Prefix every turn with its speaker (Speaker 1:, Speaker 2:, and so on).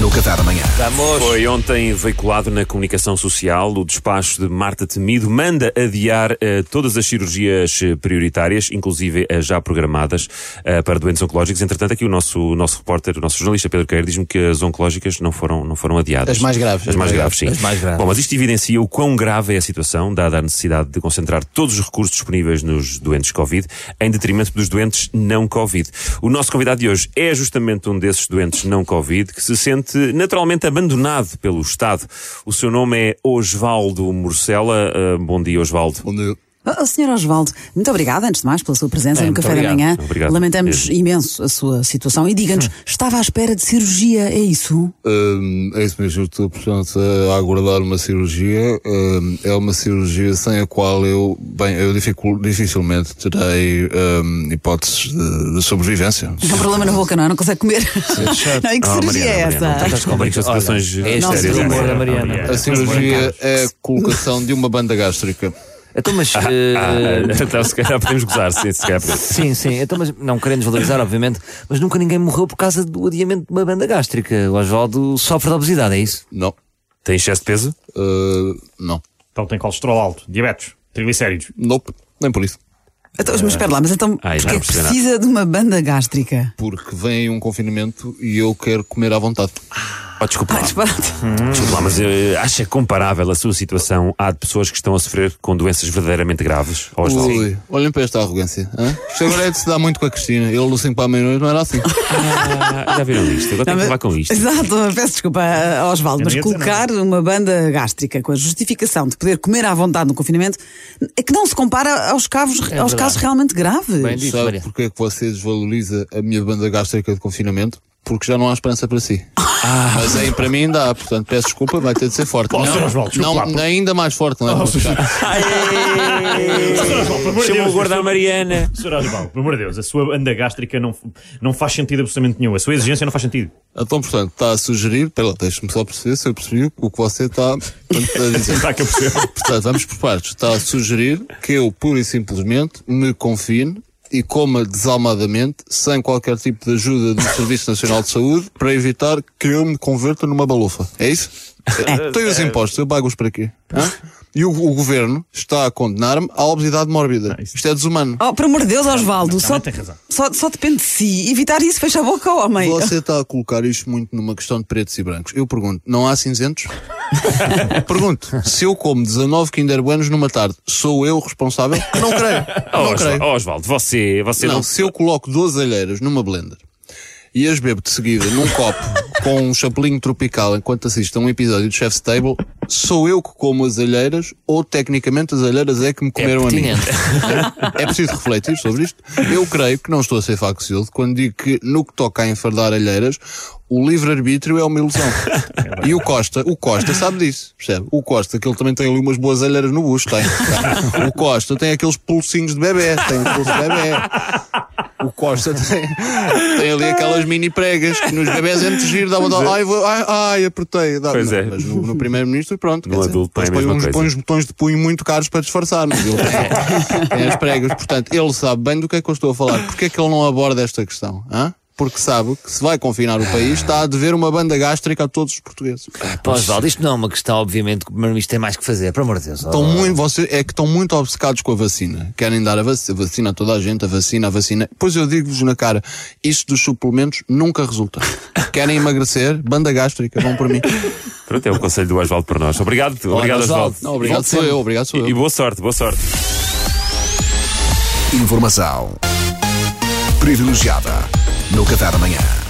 Speaker 1: no Café da Manhã.
Speaker 2: Foi ontem veiculado na comunicação social o despacho de Marta Temido manda adiar eh, todas as cirurgias eh, prioritárias, inclusive as já programadas eh, para doentes oncológicos. Entretanto, aqui o nosso, o nosso repórter, o nosso jornalista Pedro Queiro diz-me que as oncológicas não foram, não foram adiadas.
Speaker 3: As mais graves.
Speaker 2: As mais graves, sim.
Speaker 3: As mais graves.
Speaker 2: Bom, mas isto evidencia o quão grave é a situação, dada a necessidade de concentrar todos os recursos disponíveis nos doentes Covid, em detrimento dos doentes não Covid. O nosso convidado de hoje é justamente um desses doentes não Covid que se sente naturalmente abandonado pelo Estado. O seu nome é Osvaldo Morcela. Ah, bom dia, Osvaldo.
Speaker 4: Oh, Senhor Osvaldo, muito obrigada, antes de mais, pela sua presença no
Speaker 3: muito
Speaker 4: Café
Speaker 3: obrigado.
Speaker 4: da Manhã.
Speaker 2: É, Obrigado
Speaker 4: Lamentamos
Speaker 2: mesmo.
Speaker 4: imenso a sua situação. E diga-nos, estava à espera de cirurgia, é isso?
Speaker 5: Hum, é isso mesmo, eu estou portanto, a aguardar uma cirurgia. Hum, é uma cirurgia sem a qual eu, bem, eu dificul- dificilmente terei hum, hipóteses de, de sobrevivência.
Speaker 4: É um problema na boca, não é? Não consegue comer. não, e que
Speaker 2: Ah,
Speaker 4: cirurgia é
Speaker 2: Mariana,
Speaker 4: essa?
Speaker 2: Mariana, não estás com muitas situações
Speaker 3: Olha, este
Speaker 2: sérias,
Speaker 4: é o humor
Speaker 2: Mariana.
Speaker 3: da Mariana.
Speaker 2: Não,
Speaker 5: A cirurgia é a colocação de uma banda gástrica.
Speaker 3: Então, mas. eh,
Speaker 2: Ah, então, se calhar podemos gozar, sim, se calhar podemos.
Speaker 3: Sim, sim. Então, mas não querendo desvalorizar, obviamente, mas nunca ninguém morreu por causa do adiamento de uma banda gástrica. O Oswaldo sofre de obesidade, é isso?
Speaker 5: Não.
Speaker 2: Tem excesso de peso?
Speaker 5: Hum, não.
Speaker 6: Então tem colesterol alto, diabetes, triglicéridos.
Speaker 5: Nope. Nem por isso.
Speaker 4: Então, mas espera lá, mas então,
Speaker 2: Eh, Ai, já
Speaker 4: porquê
Speaker 2: não
Speaker 4: é que
Speaker 2: percebi nada.
Speaker 4: precisa de uma banda gástrica?
Speaker 5: Porque vem um confinamento e eu quero comer à vontade.
Speaker 2: Oh, desculpa.
Speaker 4: Ah,
Speaker 2: lá.
Speaker 4: disparate.
Speaker 2: Desculpa lá, mas eh, acha comparável a sua situação à de pessoas que estão a sofrer com doenças verdadeiramente graves? Ou Osvaldo?
Speaker 5: Ui, olhem para esta arrogância. hã? Isto agora é de se dar muito com a Cristina. Ele no 5 para a meia-noite não era assim.
Speaker 2: Ah, já viram isto? Agora tenho que levar com isto.
Speaker 4: Exato, peço desculpa, ah, Osvaldo,
Speaker 6: Eu
Speaker 4: mas
Speaker 6: não ia dizer
Speaker 4: colocar uma banda gástrica com a justificação de poder comer à vontade no confinamento é que não se compara aos, cavos,
Speaker 2: É
Speaker 4: aos casos realmente graves.
Speaker 3: dito,
Speaker 5: Sabe
Speaker 3: Maria.
Speaker 5: porquê é que você desvaloriza a minha banda gástrica de confinamento? Porque já não há esperança para si.
Speaker 3: Ah.
Speaker 5: Mas aí para mim ainda há, portanto peço desculpa, vai ter de ser forte.
Speaker 6: Sr. Oswaldo, desculpe
Speaker 5: não,
Speaker 6: lá,
Speaker 5: não, ainda mais forte, não é?
Speaker 2: Chamou o guarda à Mariana.
Speaker 6: Sr. Osvaldo, pelo amor de Deus, a sua banda gástrica não, não faz sentido absolutamente nenhum. A sua exigência não faz sentido.
Speaker 5: Então, portanto, está a sugerir, pera lá, deixa-me só perceber se eu percebi o que você está portanto, a dizer.
Speaker 6: Está que eu percebo.
Speaker 5: Portanto, vamos por partes. Está a sugerir que eu, pura e simplesmente, me confine e coma desalmadamente, sem qualquer tipo de ajuda do Serviço Nacional de Saúde, para evitar que eu me converta numa balofa. É isso? Eh, Tenho os impostos, eu pago-os para quê? Hã? E o, o governo está a condenar-me à obesidade mórbida.
Speaker 6: isso-
Speaker 5: Isto é desumano.
Speaker 4: Oh, por amor de Deus, Osvaldo, só,
Speaker 6: realmente tem razão.
Speaker 4: só, só depende de si. Evitar isso, fecha a boca, homem.
Speaker 5: Você está a colocar isto muito numa questão de pretos e brancos. Eu pergunto, não há cinzentos? pergunto, se eu como 19 Kinder Buenos numa tarde, sou eu responsável? Não creio.
Speaker 2: Oh,
Speaker 5: Não creio.
Speaker 2: Osvaldo, oh, Osvaldo, você, você não.
Speaker 5: Não, se eu coloco 12 alheiras numa blender e as bebo de seguida num copo com um chapelinho tropical enquanto assisto a um episódio de Chef's Table, sou eu que como as alheiras ou tecnicamente as alheiras é que me comeram a mim?
Speaker 3: pertinente.
Speaker 5: É preciso refletir sobre isto. Eu creio que não estou a ser faccioso quando digo que no que toca a enfardar alheiras, o livre-arbítrio é uma ilusão. E o Costa, o Costa sabe disso, percebe? O Costa, que ele também tem ali umas boas alheiras no busto, tem. O Costa tem aqueles pulsinhos de bebê, tem um pulso de bebê. O Costa tem, tem ali aquelas mini pregas que nos bebés é muito giro, dá uma dó. Ai, vou, ai, ai, apertei. Dá,
Speaker 2: Pois
Speaker 5: não,
Speaker 2: é.
Speaker 5: Mas no, no primeiro-ministro, pronto. quer dizer,
Speaker 2: adulto tem a
Speaker 5: depois põe,
Speaker 2: mesma
Speaker 5: uns,
Speaker 2: coisa.
Speaker 5: põe uns botões de punho muito caros para disfarçar, mas ele tem, tem as pregas. Portanto, ele sabe bem do que é que eu estou a falar. Porquê é que ele não aborda esta questão? hã? Porque sabe que se vai confinar o país, está a dever uma banda gástrica a todos os portugueses.
Speaker 3: Pá, Oswaldo, isto não é uma questão, obviamente, que o Primeiro-Ministro tem mais que fazer, pelo amor de Deus.
Speaker 5: Estão muito, você, é que estão muito obcecados com a vacina. Querem dar a vac- a vacina, a toda a gente, a vacina, a vacina. Pois eu digo-vos na cara, isto dos suplementos nunca resulta. Querem emagrecer, banda gástrica, vão por mim.
Speaker 2: Pronto, é o conselho do Osvaldo para nós. Obrigado, obrigado, Osvaldo.
Speaker 3: Osvaldo.
Speaker 5: Não, obrigado sou eu, obrigado sou eu.
Speaker 2: E, e boa sorte, boa sorte.
Speaker 1: Informação privilegiada no Café da Manhã.